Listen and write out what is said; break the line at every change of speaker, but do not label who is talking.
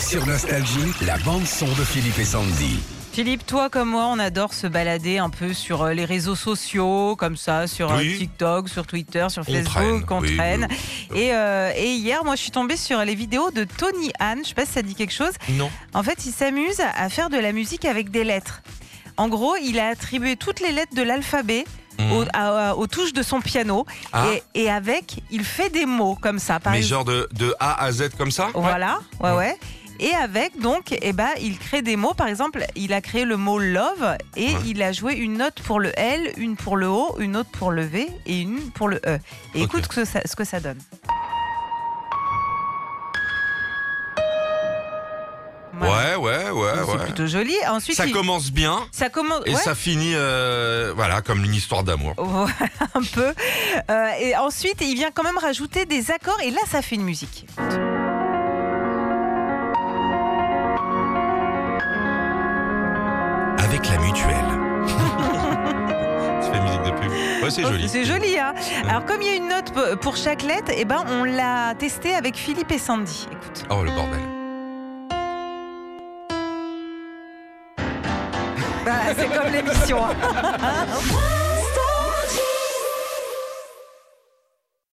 Sur Nostalgie, la bande-son de Philippe et Sandy.
Philippe, toi comme moi, on adore se balader un peu sur euh, les réseaux sociaux, comme ça, sur euh,
Oui.
TikTok, sur Twitter, sur
On
Facebook,
traîne,
on
oui,
traîne.
oui,
Et, euh, et hier, moi, je suis tombée sur les vidéos de Tony Han. Je sais pas si ça dit quelque chose.
Non.
En fait, il s'amuse à faire de la musique avec des lettres. En gros, il a attribué toutes les lettres de l'alphabet aux, à- aux touches de son piano.
Mmh. Ah.
Et, et avec, il fait des mots comme ça. Par
Mais
exemple.
genre de, de A à Z comme ça
Voilà, ouais, ouais. Et avec, donc, eh ben, il crée des mots. Par exemple, il a créé le mot love et
Ouais.
il a joué une note pour le L, une pour le O, une autre pour le V et une pour le E. Et
Ok.
écoute ce que ça, ce que ça donne. Voilà.
Ouais, ouais, ouais,
Donc, C'est
ouais.
plutôt joli. Ensuite,
Ça
il-
commence bien
ça commence.
et
ouais.
ça finit, euh, voilà, comme une histoire d'amour.
Voilà, un peu. Euh, et ensuite, il vient quand même rajouter des accords et là, ça fait une musique.
Avec la mutuelle.
Ça fait musique de pub. Ouais, c'est
Oh,
joli. Mmh.
C'est joli, hein Alors, comme il y a une note p- pour chaque lettre, eh ben, on l'a testé avec Philippe et Sandy. Écoute.
Oh, le bordel.
Voilà, c'est comme l'émission. hein.